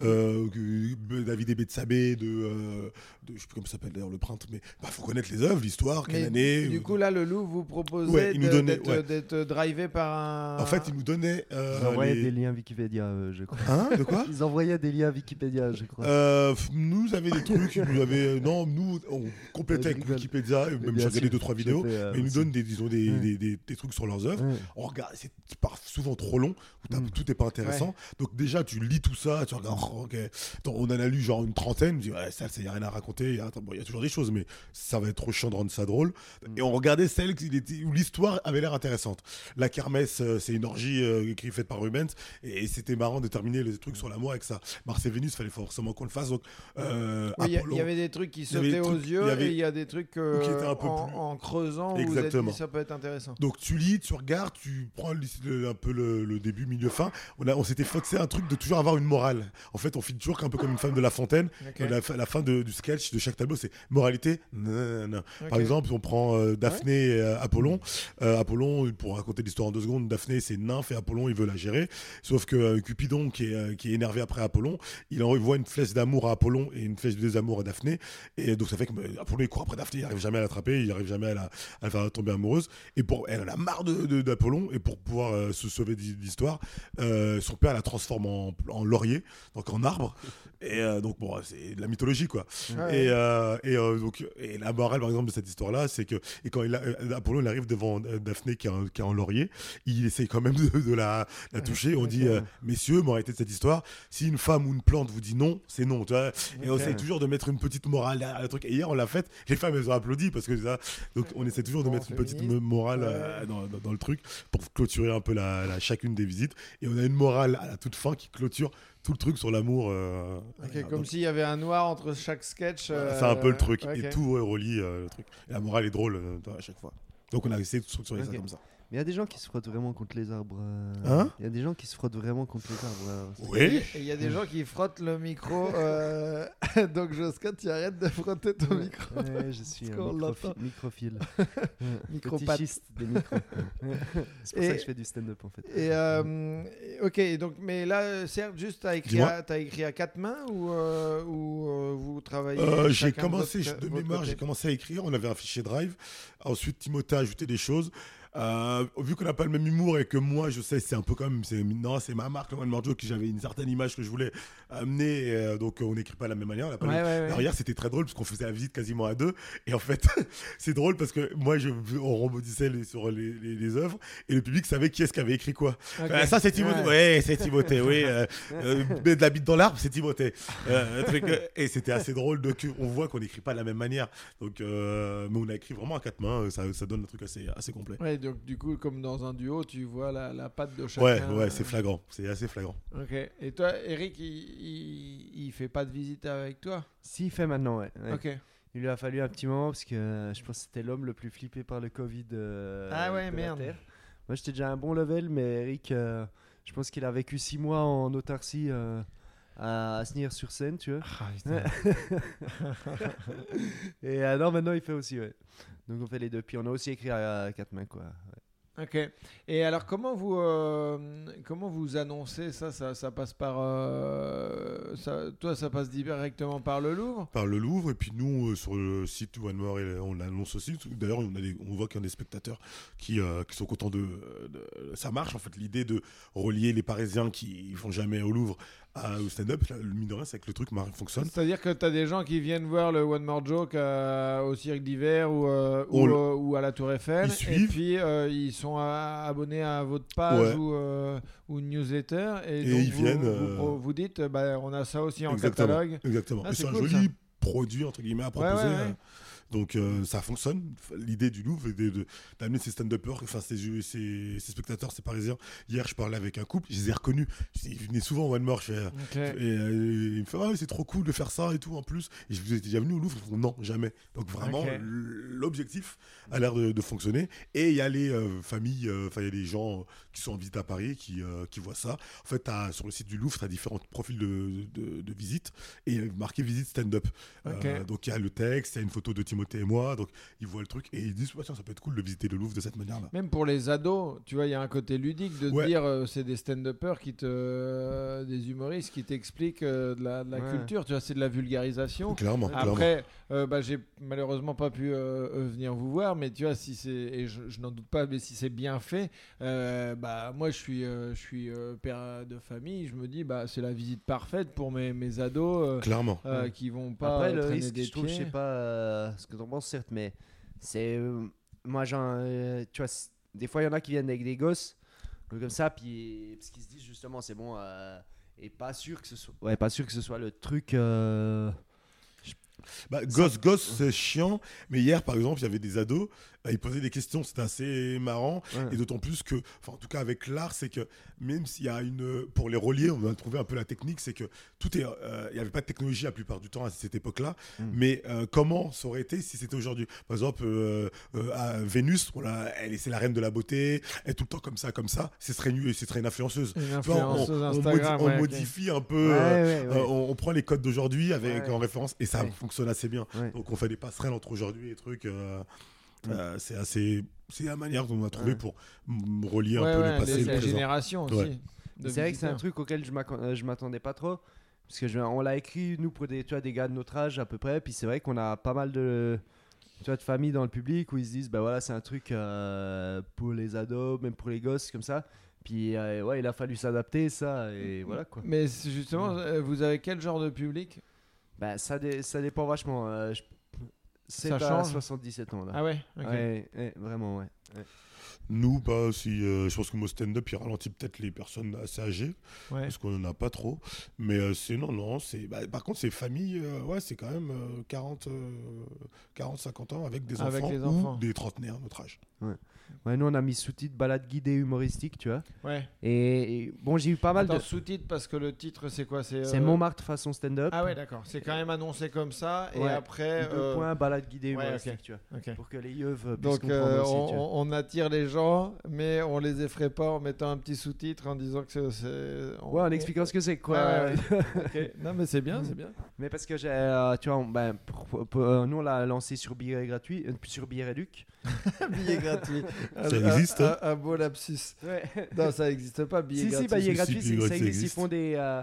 Euh, que- B- David et Betsabé de, euh, de- je sais plus comment il s'appelle d'ailleurs le printemps, mais il faut connaître les œuvres, l'histoire, quelle
Mais
année.
Du
euh,
coup, là, le Louvre vous proposait
Ouais, il nous
de-
donnait-
d'être,
ouais.
d'être drivé par un.
en fait, il nous donnait. euh,
Ils envoyaient
les-
des liens Wikipédia, euh, je crois.
Hein, de quoi
Ils envoyaient des liens Wikipédia, je crois.
Euh, f- nous avait des trucs, il nous avait non, nous on complétait
Ouais, je
avec
rigole.
Wikipédia, et
Mais
même
bien
j'ai regardé
sûr,
deux trois
j'ai
vidéos,
fait, euh,
mais ils nous
aussi.
donnent des disons des,
Ouais.
des, des- des trucs sur leurs œuvres.
Ouais.
On regarde, c'est par- souvent trop long, où
Mm.
t'as- tout est pas intéressant. Donc déjà tu lis tout ça, tu regardes, oh, ok. Attends, on en a lu genre une trentaine, on dit ouais ça, il y a rien à raconter, y a- attends, bon, y a toujours des choses, mais ça va être trop chiant de rendre ça drôle.
Mm.
Et on regardait celle qui était- où l'histoire avait l'air intéressante. La kermesse, euh, c'est une orgie euh, écrite faite par Rubens, et c'était marrant de terminer les
Mm.
trucs sur l'amour avec ça. Mars et Vénus, fallait forcément qu'on le fasse. Donc euh,
Oui, Il y a- il
Apollo,
y avait des trucs qui
y avait des
sautaient aux
trucs-
yeux
il y avait-
et il y a des trucs euh,
Qui étaient un peu
en,
plus-
en creusant où vous êtes
Exactement.
dit ça peut être intéressant.
Donc tu lis, tu regardes, tu prends l'is- le- un peu le, le début, milieu, fin. On, a- on s'était foxé un truc de toujours avoir une morale. En fait, on finit toujours un peu comme une femme de La Fontaine.
Ok.
Et la, fin- la fin de- du sketch de chaque tableau, c'est moralité. nanana.
Ok.
Par exemple, on prend euh, Daphné et euh, Apollon. Euh, Apollon, pour raconter l'histoire en deux secondes, Daphné c'est une nymphe et Apollon il veut la gérer. Sauf que euh, Cupidon, qui est, euh, qui est énervé après Apollon, il envoie une flèche d'amour à Apollon et une flèche de désamour à Daphné. Et donc ça fait que euh, Apollon il court après Daphné, il n'arrive jamais à l'attraper, il n'arrive jamais à la, à la faire tomber amoureuse. Et pour, elle en a marre de- de- d'Apollon et pour pouvoir euh, se sauver de l'histoire, euh, son père la transforme en, en laurier, donc en arbre. Et euh, donc bon, c'est de la mythologie quoi.
Ah Ouais.
Et, euh, et, euh, donc, et la morale, par exemple, de cette histoire-là, c'est que et quand il a- euh, Apollon il arrive devant euh, Daphné qui est, en, qui est en laurier, il essaie quand même de, de la,
Ah,
la toucher. On dit, euh, messieurs, moralité de cette histoire, si une femme ou une plante vous dit non, c'est non. tu vois. Et on
Ok.
essaie toujours de mettre une petite morale à le truc. Et hier, on l'a faite, les femmes, elles ont applaudi parce que ça. Donc, on essaie toujours de
Bon,
mettre une petite
féministe.
morale euh, dans, dans- dans le truc pour clôturer un peu la, la- chacune des visites. Et on a une morale à la toute fin qui clôture tout le truc sur l'amour. euh,
Ok,
voilà.
comme
Donc,
s'il y avait un noir entre chaque sketch.
c'est un peu
euh,
le truc. Et
ok.
tout est relie euh, le truc. Et la morale est drôle euh, à chaque fois. Donc on a essayé de structurer
Ok.
ça comme ça.
Mais il y a des gens qui se frottent vraiment contre les arbres. euh,
Hein
Il y a des gens qui se frottent vraiment contre les arbres. euh, c'est-
Oui.
Et il y a des gens qui frottent le micro. euh, Donc, Josquin, tu arrêtes de frotter ton
Ouais,
micro.
ouais, je suis un
Parce qu'on
microphi-
l'entend.
microphile.
Micropathe.
Fétichiste des micros. c'est pour
Et-
ça que je fais du stand-up en fait.
Et euh, ok, et donc, mais là, euh, Serge, juste, t'as écrit,
Dis-moi.
à, t'as écrit à quatre mains ou, euh, ou euh, vous travaillez
Euh, j'ai
chacun de
commencé
votre-
de
votre
mémoire,
côté
j'ai commencé à écrire. On avait un fichier Drive. Ensuite, Timothée a ajouté des choses. Euh, vu qu'on n'a pas le même humour et que moi, je sais, c'est un peu comme c'est non, c'est ma marque, le One Man Joke, que j'avais une certaine image que je voulais amener. et, euh, donc, on n'écrit pas de la même manière. On n'a pas le-
Ouais, ouais, ouais.
Alors hier, c'était très drôle parce qu'on faisait la visite quasiment à deux. Et en fait, c'est drôle parce que moi, je, on rebondissait les- sur les, les- les œuvres et le public savait qui est-ce qui avait écrit quoi.
Ok.
Euh, ça, c'est Timothée. Ouais, c'est Timothée. oui, euh, euh, mais de la bite dans l'arbre, c'est Timothée. Euh, un truc, euh, et c'était assez drôle. Donc, on voit qu'on n'écrit pas de la même manière. Donc, euh, mais on a écrit vraiment à quatre mains. euh, Ça, ça donne un truc assez, assez complet.
Ouais, donc du coup, comme dans un duo, tu vois la, la patte de chacun. euh,
Ouais, ouais, c'est flagrant. C'est assez flagrant.
Ok. Et toi, Eric, il, il, il fait pas de visite avec toi
Si, il fait maintenant, ouais. ouais.
Ok.
Il lui a fallu un petit moment parce que euh, je pense que c'était l'homme le plus flippé par le Covid. euh,
ah
de
ouais,
la
merde.
Terre. Moi, j'étais déjà à un bon level, mais Eric, euh, je pense qu'il a vécu six mois en autarcie euh, à, à sur scène, tu vois.
Ah,
Et euh, non, maintenant, il fait aussi, ouais. Donc, on fait les deux. Puis, on a aussi écrit à, à quatre mains, quoi.
Ok. Et alors, comment vous euh, comment vous annoncez ça Ça, ça passe par euh, ça- toi, ça passe directement par le Louvre.
Par le Louvre. Et puis, nous, euh, sur le site One More, et on l'annonce aussi. D'ailleurs, on, a des- on voit qu'il y a des spectateurs qui, euh, qui sont contents de, de- Ça marche, en fait, l'idée de relier les Parisiens qui font jamais au Louvre à- au stand-up. Là, Le mine de rien, c'est que le truc mar- fonctionne.
C'est-à-dire que tu as des gens qui viennent voir le One More Joke euh, au Cirque d'Hiver ou, euh, ou,
On le-
euh, ou à la Tour Eiffel.
Ils
et
suivent.
puis, euh, ils sont à- abonnés à votre page
Ouais.
ou, euh, ou une newsletter. Et,
Et
donc,
ils
vous,
viennent,
Vous,
euh,
pro- vous dites, bah, on a ça aussi en
Exactement.
catalogue.
Exactement.
Ah,
Et
c'est
c'est un
cool,
joli produit entre guillemets à proposer.
ouais, ouais.
euh, Donc euh, ça fonctionne. L'idée du Louvre, de- de- d'amener ces stand-uppers, enfin ces, ces, ces spectateurs, ces Parisiens. Hier, je parlais avec un couple, je les ai reconnus. Ils venaient souvent au One More. Je fais,
Ok.
et euh, il me fait ah, c'est trop cool de faire ça et tout en plus. Et je vous étais déjà venu au Louvre Ils font, Non, jamais. Donc vraiment,
Ok.
l- l'objectif a l'air de, de fonctionner. Et il y a les euh, familles, euh, enfin il y a les gens qui sont en visite à Paris qui, euh, qui voient ça. En fait, t'as- sur le site du Louvre, tu as différents profils de, de, de visites et il y a marqué visite stand-up.
Ok.
Euh, donc il y a le texte, il y a une photo de Timothée et moi. Donc ils voient le truc et ils disent Ouais, tiens, ça peut être cool de visiter le Louvre de cette manière-là.
Même pour les ados, tu vois, il y a un côté ludique de te
Ouais.
dire euh, c'est des stand-uppers qui te. euh, des humoristes qui t'expliquent euh, de la, de la
Ouais.
culture, tu vois, c'est de la vulgarisation.
Clairement, clairement.
Oh. Après, euh, bah, j'ai malheureusement pas pu euh, euh, venir vous voir, mais tu vois, si c'est, et je, je n'en doute pas, mais si c'est bien fait, euh, bah, moi je suis, euh, je suis euh, père de famille, je me dis, bah, c'est la visite parfaite pour mes, mes ados euh,
Clairement.
euh, qui vont pas
Après, le
traîner
risque,
des
je trouve, je
pieds.
sais pas euh, ce que t'en penses, certes, mais c'est. euh, moi, genre, euh, tu vois, c- des fois, il y en a qui viennent avec des gosses, euh, comme ça, puis. Parce qu'ils se disent justement, c'est bon. euh, et pas sûr que ce soit. Ouais, pas sûr que ce soit le truc. euh,
Bah, gosse, gosse, c'est chiant. Mais hier, par exemple, il y avait des ados. euh, ils posaient des questions. C'était assez marrant.
Ouais.
Et d'autant plus que, enfin, en tout cas, avec l'art, c'est que même s'il y a une. Pour les relier, on a trouvé un peu la technique. C'est que tout est. euh, il n'y avait pas de technologie la plupart du temps à cette époque-là.
Mm.
Hmm.
Mais euh, comment ça aurait été si c'était aujourd'hui Par exemple, euh, euh, à Vénus, on l'a- elle est, c'est la reine de la beauté. Elle est tout le temps comme ça, comme ça. C'est serait une, ce serait une influenceuse.
Une
Tu vois, on,
influenceuse
on modi-
Instagram,
on
ouais, ok.
modifie un peu. euh,
ouais, ouais, ouais.
euh, on, on prend les codes d'aujourd'hui avec
Ouais.
en référence et ça
Ouais.
fonctionne assez bien.
Ouais.
Donc on fait des passerelles entre aujourd'hui et trucs. euh,
Ouais.
euh, c'est assez, c'est la manière dont on a trouvé
Ouais.
pour m- relier
Ouais,
un peu
ouais,
le passé
les-
et
la
le présent.
génération aussi.
Ouais.
de
C'est vrai que c'est un
visiteurs.
truc auquel je m'accon- euh, je m'attendais pas trop. Parce que je, on l'a écrit, nous, pour des, tu vois, des gars de notre âge à peu près. Puis c'est vrai qu'on a pas mal de, tu vois, de familles dans le public où ils se disent, bah voilà, c'est un truc euh, pour les ados, même pour les gosses, comme ça. Puis euh, ouais, il a fallu s'adapter, ça. Et
Mm.
voilà quoi.
Mais c'est justement, euh, vous avez quel genre de public
Bah ça, dé- ça dépend vachement. euh, je- c'est
Ça
à
change
77 ans là.
Ah ouais, ok.
Bah. Ouais, ouais, vraiment, ouais.
Nous, bah, si, euh, je pense que mon stand-up il ralentit peut-être les personnes assez âgées
Ouais.
parce qu'on en a pas trop. Mais euh, c'est non, non. C'est bah, par contre c'est famille. euh, ouais, c'est quand même euh, 40, euh, 40, 50 ans avec des
Avec
enfants,
les
ou
enfants.
des trentenaires notre âge.
Ouais, nous on a mis sous-titre balade guidée humoristique, tu vois.
ouais.
Et, et bon, j'ai eu pas mal
Attends,
de.
sous-titre parce que le titre c'est quoi C'est
C'est
euh,
Montmartre façon stand-up.
Ah ouais, d'accord. C'est quand même annoncé comme ça. Et
Ouais.
après.
Deux
euh,
points, balade guidée
ouais,
humoristique,
ok.
tu vois.
ok.
Pour que les yeux puissent
Donc
comprendre
euh,
aussi,
on,
tu vois.
on- on attire les gens, mais on les effraie pas en mettant un petit sous-titre en disant que c'est- c'est. on-
Ouais, en
on-
expliquant Hmm. ce que c'est, quoi.
Ouais, ok. Non, mais c'est bien, c'est bien.
Mais parce que j'ai, euh, tu vois, on- ben, pour- pour- pour- euh, nous on l'a lancé sur billet gratuit, euh, sur billet réduc.
billet gratuit.
Ça existe,
Un,
hein
un- un beau lapsus.
Ouais.
Non, ça n'existe pas, billet
si,
gratuit.
si, bah, billet
si,
gratuit,
billet
c'est- ça
gratuit, ça
existe. Ils
existe.
font des, euh,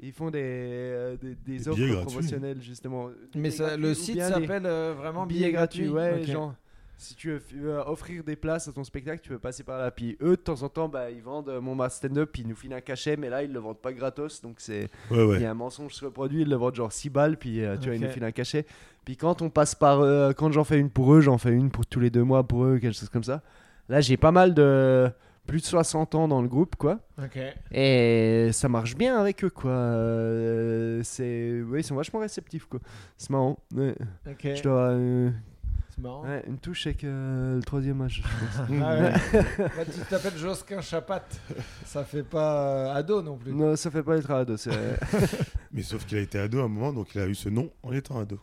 ils font des, euh, des, des
Des
offres
billets gratuits.
promotionnelles justement. Des
mais
billets
ça- le
gratuits ou
site
bien des
s'appelle euh, vraiment
billets
billet gratuit.
gratuits, ouais,
Ok.
genre. Si tu veux f- euh, offrir des places à ton spectacle, tu peux passer par là. Puis eux, de temps en temps, bah, ils vendent euh, mon stand-up, ils nous filent un cachet, mais là, ils le vendent pas gratos. Donc, c'est
Ouais, ouais.
il y a un mensonge sur le produit, ils le vendent genre 6 balles, puis euh, tu vois, ils nous
Ok.
filent un cachet. Puis quand on passe par. euh, quand j'en fais une pour eux, j'en fais une pour tous les deux mois pour eux, quelque chose comme ça. Là, j'ai pas mal de. plus de 60 ans dans le groupe, quoi.
Ok.
Et ça marche bien avec eux, quoi. Euh, c'est. Ouais, ils sont vachement réceptifs, quoi. C'est marrant. Ouais.
Ok.
Je dois. Ah, euh,
C'est marrant.
ouais, une touche avec euh, le troisième âge.
Ah ouais. Bah, tu t'appelles Josquin Chapat. Ça fait pas euh, ado non plus.
non, ça fait pas être ado, c'est.
Mais sauf qu'il a été ado à un moment, donc il a eu ce nom en étant ado.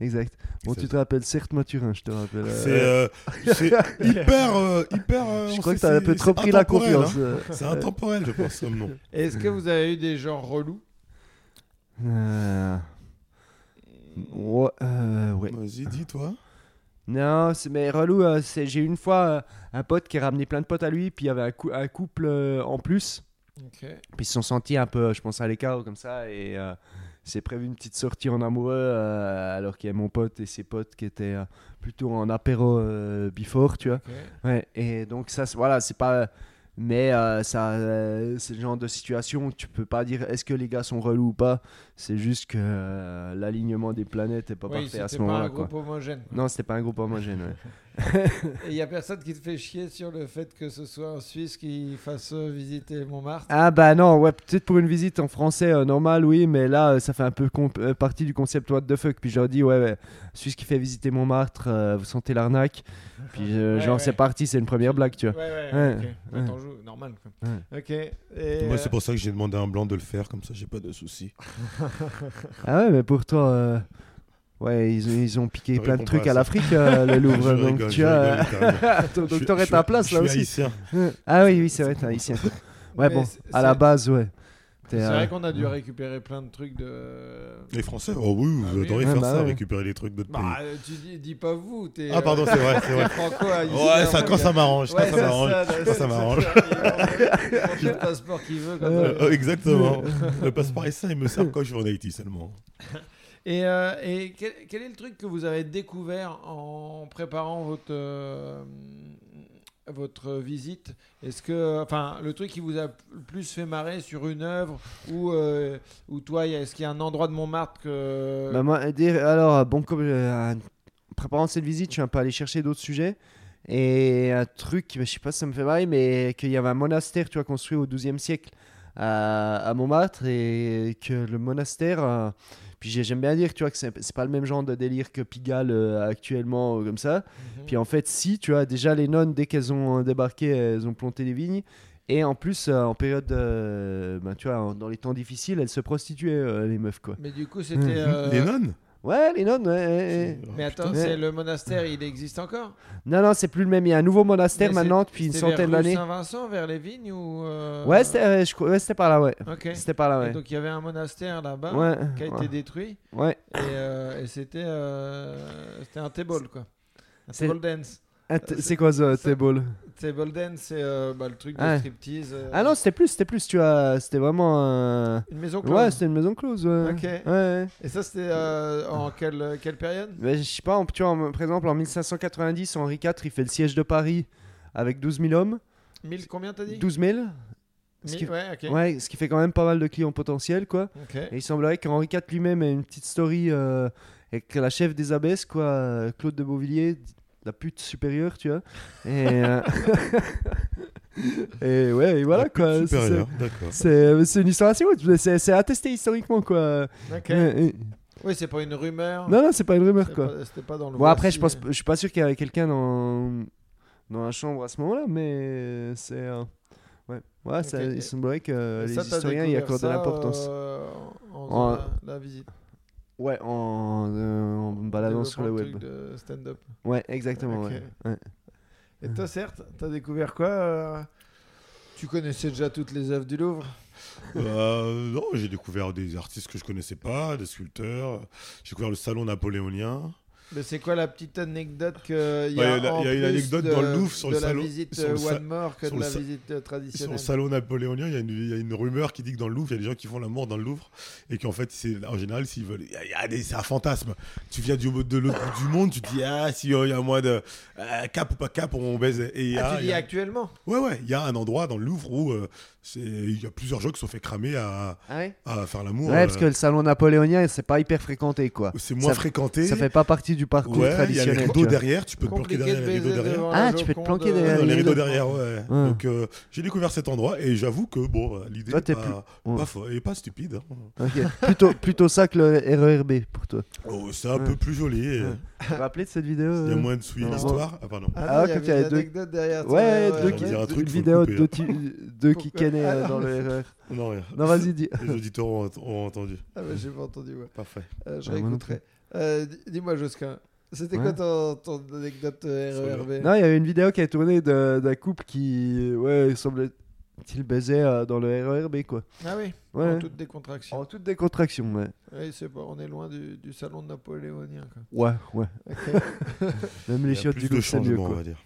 exact. Bon, tu te rappelles, certes, Mathurin, je te rappelle. euh,
C'est euh, c'est hyper, euh, hyper. euh,
je
on
crois que
sait,
t'as un
c'est-
peu trop
c'est
pris la
intemporel,
confiance.
hein.
euh.
C'est intemporel, je pense, comme nom.
Est-ce que vous avez eu des gens relous
Euh, Ouais, euh, ouais.
Vas-y, dis-toi.
Non, c'est mais relou. euh, c'est- J'ai eu une fois euh, un pote qui a ramené plein de potes à lui, puis il y avait un, cou- un couple euh, en plus.
Ok.
Puis ils se sont sentis un peu, je pense, à l'écart comme ça. Et euh, c'est prévu une petite sortie en amoureux, euh, alors qu'il y a mon pote et ses potes qui étaient euh, plutôt en apéro euh, before, tu vois.
Ok.
Ouais, et donc ça, c'est- voilà, c'est pas. Mais euh, ça, euh, c'est le genre de situation où tu peux pas dire est-ce que les gars sont relous ou pas. C'est juste que euh, l'alignement des planètes est pas
Oui,
parfait à ce
c'était pas un
moment-là, quoi.
groupe homogène.
Non, c'était pas un groupe homogène. ouais.
Et il n'y a personne qui te fait chier sur le fait que ce soit un Suisse qui fasse euh, visiter Montmartre.
Ah bah non, ouais, peut-être pour une visite en français euh, normal, oui, mais là, euh, ça fait un peu comp- euh, partie du concept what the fuck. Puis je leur dis, ouais, ouais, Suisse qui fait visiter Montmartre, euh, vous sentez l'arnaque. Puis euh,
Ouais,
genre,
ouais.
c'est parti, c'est une première blague, tu vois.
Ouais, ouais,
Ouais,
ok. Bah,
ouais.
t'en joues, normal. quoi.
Ouais.
Ok. Et,
Moi,
euh,
c'est pour ça que j'ai demandé à un blanc de le faire, comme ça, j'ai pas de soucis.
Ah ouais, mais pour toi, euh, ouais, ils, ont- ils ont piqué
Je
plein de
réponds
trucs
pas à
à
ça.
l'afrique, euh, le Louvre.
Je
donc
rigole,
tu
je
vois,
rigole, carrément.
donc
Je suis-
t'aurais
je
ta
suis-
place là
je suis
aussi.
haïtien.
Ah oui, oui, c'est vrai, t'es haïtien. Ouais,
Mais
bon,
c'est-
à la
c'est-
base, ouais. T'es,
C'est
euh,
vrai qu'on a dû récérer plein de trucs de.
Les Français, oh oui,
Ah
vous
oui.
adorez
Ouais,
faire
bah
ça,
ouais.
récupérer les trucs d'autres
Bah,
pays.
euh, tu dis, dis pas vous, t'es.
Ah, pardon, c'est vrai, c'est vrai.
franco hein,
Ouais, ça, quand ça m'arrange, quand ça m'arrange. quand ça m'arrange.
Il a le passeport qu'il veut. quand
Euh,
il veut.
euh, exactement. Le passeport SA, il me sert quand je vais en Haïti seulement.
Et, euh, et quel, quel est le truc que vous avez découvert en préparant votre, euh, votre visite Est-ce que, enfin, le truc qui vous a le plus fait marrer sur une œuvre ou euh, ou toi, y a- est-ce qu'il y a un endroit de Montmartre que
Bah, moi, dire- alors, bon, comme, euh, en préparant cette visite, je suis un peu allé chercher d'autres sujets. Et un truc, bah, je sais pas si ça me fait marrer, mais qu'il y avait un monastère, tu vois, construit au XIIe siècle à, à Montmartre. Et que le monastère. euh, puis j'ai- j'aime bien dire, tu vois, que c'est c'est pas le même genre de délire que Pigalle euh, actuellement, ou comme ça.
Mm. Mhm.
Puis en fait, si, tu vois, déjà les nonnes, dès qu'elles ont euh, débarqué, elles ont planté des vignes. Et en plus, euh, en période. euh, ben, tu vois, en- dans les temps difficiles, elles se prostituaient, euh, les meufs, quoi.
Mais du coup, c'était. euh,
Hmm. Les Oh, nonnes
Ouais, les nonnes, ouais, ouais. ouais.
Mais attends,
putain.
c'est le monastère, il existe encore
Non, non, c'est plus le même. Il y a un nouveau monastère
Mais
maintenant depuis une
C'était vers
centaine
rue
d'années.
Saint-Vincent, vers les vignes ou. euh,
Ouais, c'était euh, je crois- ouais, c'était par là, ouais.
Ok.
C'était par là,
Et
ouais.
donc il y avait un monastère là-bas
Ouais,
qui a été
ouais,
détruit
ouais.
et, euh, et c'était euh, c'était un table quoi. Un
C'est-
table dance.
Ah, t- C'est quoi ce
c'est-
table
Table dance, c'est euh, bah, le truc de
Ah.
striptease. euh,
Ah non, c'était plus, c'était plus, tu vois. C'était vraiment. euh,
une maison close.
Ouais, c'était une maison close, ouais.
Ok.
Ouais, ouais.
Et ça c'était euh, en quelle, quelle période
Mais je sais pas, en- tu vois, en- par exemple, en 1590, Henri IV, il fait le siège de Paris avec 12 000 hommes.
1000 combien t'as dit
12 000 ce
1000,
qui-
Ouais, ok.
Ouais, ce qui fait quand même pas mal de clients potentiels, quoi.
Ok.
Et il semblerait qu'Henri IV lui-même ait une petite story euh, avec la chef des abbesses, quoi, euh, Claude de Beauvilliers, la pute supérieure, tu vois. Et, euh, et ouais, et voilà,
La pute
quoi. euh, c'est-
supérieure, d'accord.
C'est euh, c'est une histoire assez haute, c'est c'est attesté historiquement, quoi.
Ok.
Mais- et-
Oui, c'est pas une rumeur.
non, non, c'est pas une rumeur,
c'est
quoi.
pas- C'était pas dans le.
Bon, après, je, pense,
voici,
je suis pas sûr qu'il y avait quelqu'un dans, dans la chambre à ce moment-là, mais c'est. euh, ouais, ouais ça-
Ok.
il semblerait que
mais-
euh, les
Ça, t'as
historiens y
découvert
accordent de
ça,
l'importance.
euh, en,
En-
faisant la, la visite.
Ouais, en, euh, en me baladant sur le
Développant
web.
truc de stand-up.
Ouais, exactement.
Ok.
ouais, ouais.
Et toi, certes, t'as découvert quoi euh, Tu connaissais déjà toutes les œuvres du Louvre
Euh, non, j'ai découvert des artistes que je connaissais pas, des sculpteurs. J'ai découvert le salon napoléonien.
Mais c'est quoi la petite anecdote que y
Ouais,
a
il y a-
en
il y a une
plus
anecdote
de-
dans le Louvre sur
de
le
la
salon-
visite
sur le
euh,
sa-
One More que
sur
de
le
la
sa-
visite euh,
Sur
traditionnelle
le salon napoléonien, il y, a une- il y a une rumeur qui dit que dans le Louvre, il y a des gens qui font la mort dans le Louvre et qu'en fait, c'est en général, s'ils veulent, il y a- il y a des- c'est un fantasme. Tu viens du, de l'autre bout du monde, tu te dis ah si euh, il y a moins de euh, cap ou pas cap, on baise. Et il y
Ah,
a- il
tu dis
y a-
actuellement
ouais ouais, il y a un endroit dans le Louvre où euh, c'est- il y a plusieurs gens qui se sont fait cramer à,
Ah ouais
à faire l'amour.
Ouais, parce
euh,
que le salon napoléonien, c'est pas hyper fréquenté, quoi.
c'est moins
ça-
fréquenté.
Ça fait pas partie du parcours
Ouais, il y a les
traditionnel. tu
rideaux
vois.
derrière, tu peux te planquer
Compliqué
derrière
de
les rideaux
baiser
derrière.
devant
Ah,
la
tu peux te
Joconde,
planquer
euh,
derrière
Ouais, dans les
les
rideaux
rideaux.
derrière, ouais.
Ouais.
Donc euh, j'ai découvert cet endroit et j'avoue que bon, euh, l'idée
Toi,
est
t'es
pas,
plus-
pas fo- et pas stupide. hein.
Ok. plutôt, plutôt ça que le RERB pour toi.
Oh, c'est un
Ouais.
peu plus joli. et
Ouais. Vous vous rappelez de cette vidéo
Il y a
euh,
moins de souillé
Non.
l'histoire. Ah pardon.
Ah,
Ah,
non, il y
quand
avait
il y a
une
deux-
anecdote derrière toi,
Ouais,
ouais,
deux
ouais.
qui-
Il y a un truc,
une
faut
vidéo
le
de
couper, hein.
ti- deux qui
Pourquoi
kennaient,
Ah,
euh,
non.
dans le RER.
Non, rien.
Non, vas-y, dis.
Les auditeurs ont, ont entendu.
Ah, bah, j'ai pas entendu, ouais.
Parfait.
Euh, je
Ah, moi non
réécouterai. Euh, di- Dis-moi, Josquin, c'était quoi
Ouais.
ton, ton anecdote euh,
Sur le-
RERB
Non, il y avait une vidéo qui a tourné de- d'un couple qui, ouais, il semblait-il baiser euh, dans le RERB, quoi.
Ah oui,
Ouais.
en toute décontraction.
En toute décontraction, ouais.
Oui, c'est pas, on est loin du, du salon napoléonien. quoi.
Ouais, ouais.
Ok.
Même
Il
les
y a
chiottes
plus
du
de
Louvre, c'est mieux,
changements, on
quoi.
va dire.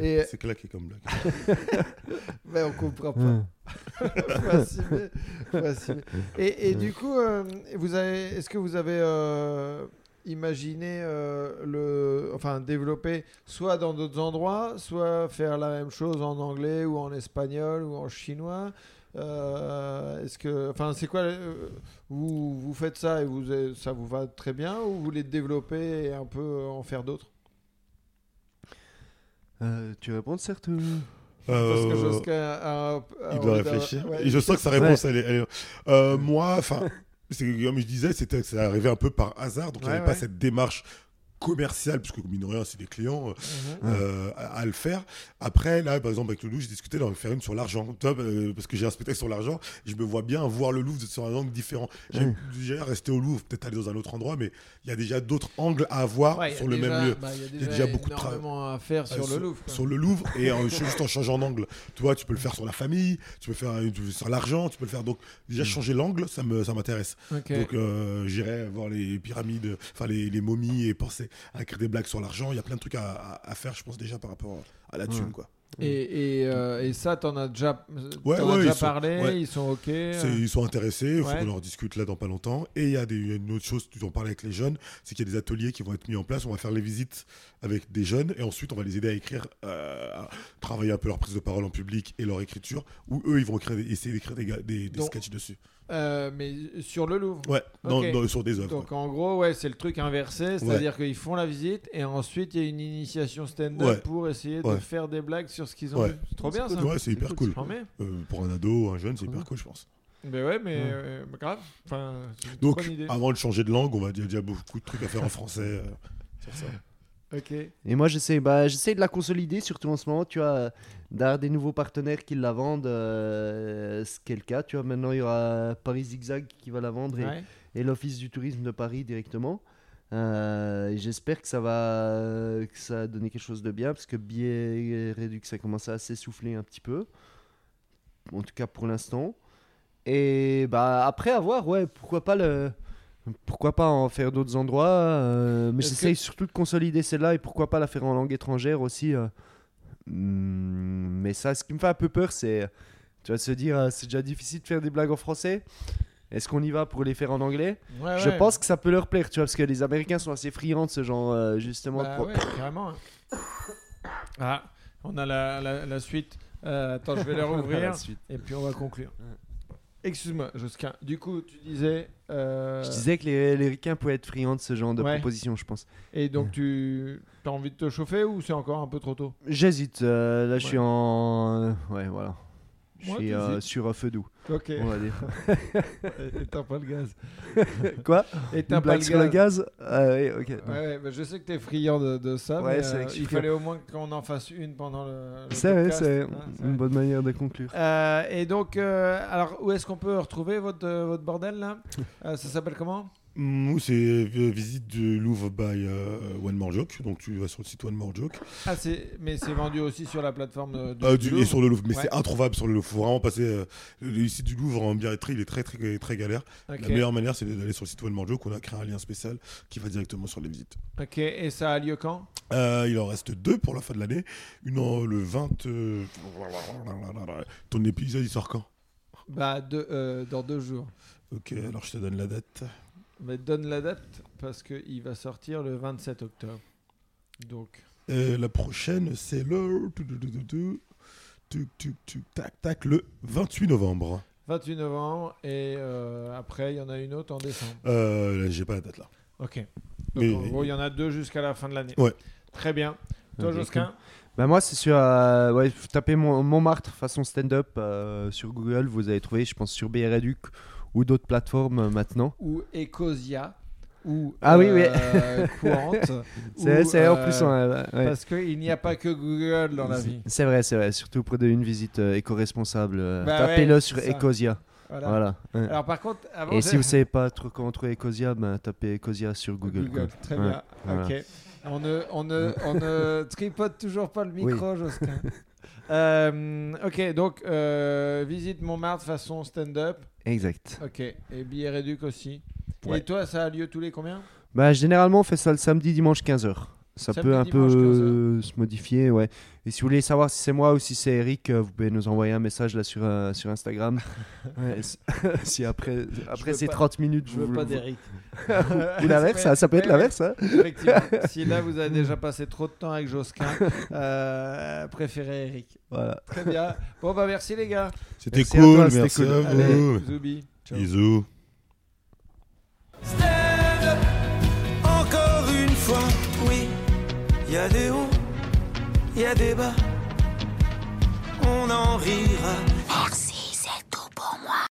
Et
C'est claqué comme blague.
ben, on comprend pas.
Ouais.
Faut assumer, faut assumer. Et, et du coup, euh, vous avez, est-ce que vous avez euh, imaginé euh, le, enfin développer soit dans d'autres endroits, soit faire la même chose en anglais ou en espagnol ou en chinois? Euh, est-ce que, enfin, c'est quoi euh, vous, vous faites ça et vous, ça vous va très bien ou vous voulez développer et un peu en faire d'autres
Euh, tu réponds certes. ou-
Parce que
Euh,
Josquin a- a- a-
Il doit
a-
réfléchir.
ouais.
Et je sens que sa réponse, elle est. elle est- Euh, moi, enfin, c'est que, comme je disais, c'était, c'est arrivé un peu par hasard, donc il n'y
Ouais,
avait pas
ouais.
cette démarche commerciale, puisque mine de rien, c'est des clients euh,
Mhm.
euh, à, à le faire. Après, là, par exemple, avec le Louvre, j'ai discuté d'en faire une sur l'argent, Tu vois, euh, parce que j'ai un spectacle sur l'argent, je me vois bien voir le Louvre sur un angle différent. J'aime déjà rester au Louvre, peut-être aller dans un autre endroit, mais il y a déjà d'autres angles à avoir
Ouais, il y a
Ah, sur le
déjà-
même lieu.
bah, il y a
déjà
déjà,
beaucoup de travail.
énormément à faire sur
Euh,
le Louvre. quoi.
Sur le Louvre, et en- juste en changeant d'angle. Tu vois, tu peux le faire sur la famille, tu peux le faire euh, tu- sur l'argent, tu peux le faire. Donc, déjà, changer l'angle, ça me- ça m'intéresse.
Ok.
Donc, euh, j'irai voir les pyramides, enfin, les, les momies et penser à écrire des blagues sur l'argent. Il y a plein de trucs à, à- à faire, je pense, déjà par rapport à la thune,
Ouais.
quoi.
Et, et, euh, et ça, t'en as déjà,
Ouais,
t'en as
ouais,
déjà
ils sont-
parlé,
ouais.
ils sont OK.
C'est-
euh,
Ils sont intéressés, il faut
Ouais.
qu'on leur discute là dans pas longtemps. Et il y a des- une autre chose, tu en parles avec les jeunes, c'est qu'il y a des ateliers qui vont être mis en place. On va faire les visites avec des jeunes et ensuite on va les aider à écrire, euh, à travailler un peu leur prise de parole en public et leur écriture, où eux ils vont écrire des- essayer d'écrire des, ga- des, des
Donc-
sketchs dessus.
euh, mais sur le Louvre.
Ouais, dans-
Ok.
dans- sur des œuvres.
Donc en gros, ouais, c'est le truc inversé, c'est-à-dire qu'ils font la visite et ensuite il y a une initiation stand-up
Ouais.
pour essayer
Ouais.
de faire des blagues sur ce qu'ils ont
Ouais.
vu. C'est trop bien
quoi.
ça.
Ouais, c'est hyper cool.
J'en mets.
Euh, pour un ado, un jeune, c'est
Ouais.
hyper cool, je pense.
Mais ouais, mais
Ouais.
euh, grave. Enfin, c'est une
Donc, ah.
bonne idée.
avant de changer de langue, on va dire déjà beaucoup de trucs à faire en français. euh, sur ça.
Ok.
Et moi, j'essaie bah, j'essaie de la consolider, surtout en ce moment, tu vois, euh, d'avoir des nouveaux partenaires qui la vendent, euh, ce qui est le cas, tu vois. Maintenant, il y aura Paris Zigzag qui va la vendre et,
Ouais.
et l'Office du tourisme de Paris directement. Euh, et J'espère que ça va que ça va donner quelque chose de bien, parce que billet réduit, ça commence à s'essouffler un petit peu. En tout cas, pour l'instant. Et bah, après, à voir, ouais, pourquoi pas le... Pourquoi pas en faire d'autres endroits euh, Mais
Est-ce
j'essaye
que-
surtout de consolider celle-là et pourquoi pas la faire en langue étrangère aussi. euh. Hmm, Mais ça, ce qui me fait un peu peur, c'est tu vas se dire, euh, c'est déjà difficile de faire des blagues en français. Est-ce qu'on y va pour les faire en anglais
Ouais,
Je
Ah ouais.
pense que ça peut leur plaire, tu vois, parce que les Américains sont assez friands de ce genre, euh, justement.
Bah
de pro-
ouais, carrément. hein. Ah, on a la, la, la suite. Euh, attends, je vais les
Voilà,
rouvrir
la suite.
et puis on va conclure. Excuse-moi, Josquin. Du coup, tu disais. euh,
Je disais que les, les Ricains pouvaient être friands de ce genre de
Ouais.
propositions, je pense.
Et donc, tu as envie de te chauffer ou c'est encore un peu trop tôt
J'hésite, euh, là je
Ouais.
suis en. euh, ouais, voilà. Je
Ouais,
suis euh,
t'hésites.
sur un feu doux,
Ok,
on va dire.
éteins pas le gaz.
Quoi
Éteins
Une
pas le
blague
gaz.
sur le gaz Ah ouais, ok.
Ouais, ouais, bah, je sais que tu es friand de, de ça,
Ouais,
mais
c'est vrai
euh,
que je suis
il
friand.
fallait au moins qu'on en fasse une pendant le. le
C'est vrai,
podcast.
c'est
Hein, c'est
une
vrai.
bonne manière de conclure.
Euh, et donc, euh, alors où est-ce qu'on peut retrouver votre, euh, votre bordel là Euh, Ça s'appelle comment
Nous, c'est euh, visite du Louvre by euh, One More Joke. Donc, tu vas sur le site One More Joke.
Ah, c'est- mais c'est vendu aussi sur la plateforme euh, du,
Euh,
du
du-
Louvre.
et sur le Louvre, mais
Ouais.
c'est introuvable sur le Louvre. Faut vraiment passer euh, le, le site du Louvre en bien-être, il est très très très, très galère.
Ok.
La meilleure manière, c'est d'aller sur le site One More Joke. On a créé un lien spécial qui va directement sur les visites.
ok, et ça a lieu quand
Euh, il en reste deux pour la fin de l'année. Une en, le 20. euh, Ton épisode, il sort quand
Bah, deux- euh, dans deux jours.
Ok, alors je te donne la date.
Mais donne la date parce qu'il va sortir le 27 octobre. Donc,
Euh, la prochaine, c'est le. Tuc, tuc, tuc, tac, tac, le 28 novembre.
28 novembre, et euh, après, il y en a une autre en décembre.
Euh, là, J'ai pas la date là.
Ok. Donc,
Mais-
en gros, il y en a deux jusqu'à la fin de l'année.
Ouais.
Très bien. Toi,
Ok,
Josquin
Bah moi c'est sur euh, ouais, vous tapez Mon- Montmartre façon stand-up euh, sur Google, vous allez trouver je pense sur BR Educ ou d'autres plateformes euh, maintenant.
Ou Ecosia Ou
Ah oui, oui.
euh, Courante
C'est
ou,
c'est en
euh,
plus euh, ouais.
Parce qu'il n'y a pas que Google dans la vie.
C'est vrai, c'est vrai, surtout auprès d'une visite euh, éco-responsable. euh,
Bah
Tapez-le
ouais,
sur
c'est ça. Bah. Ah,
Ecosia.
Voilà.
Voilà. ouais.
Alors, par contre, avant.
Et si vous
j'ai-
savez pas trop comment trouver Ecosia, bah, tapez Ecosia sur Google. quoi.
Très
Ouais,
bien.
voilà.
Ok. On ne, on, ne, on ne tripote toujours pas le micro, Josquin. Euh, ok, donc euh, visite Montmartre façon stand-up.
Exact.
Ok. Et billet réduc aussi.
Ouais.
Et toi, ça a lieu tous les combien
Bah généralement on fait ça le samedi dimanche 15h. Ça
Samedi,
peut un peu
dimanche, 15 heures.
euh, se modifier, ouais. Et si vous voulez savoir si c'est moi ou si c'est Eric, euh, vous pouvez nous envoyer un message là sur, euh, sur Instagram. Ouais, s- si après, après
veux
ces
pas-
30 minutes,
Je veux pas
vous,
d'Eric.
ou l'inverse, ça, ça peut être l'inverse. hein.
Effectivement. Si là vous avez déjà passé trop de temps avec Josquin, euh, préférez Eric.
Voilà.
Très bien. Bon bah merci les gars.
C'était
Merci à
cool,
toi, c'était
merci
cool.
à
Allez,
vous.
Zoubi. Ciao.
Bisous.
Stand up, encore une fois, oui, y a des hauts, y a débat, on en rira.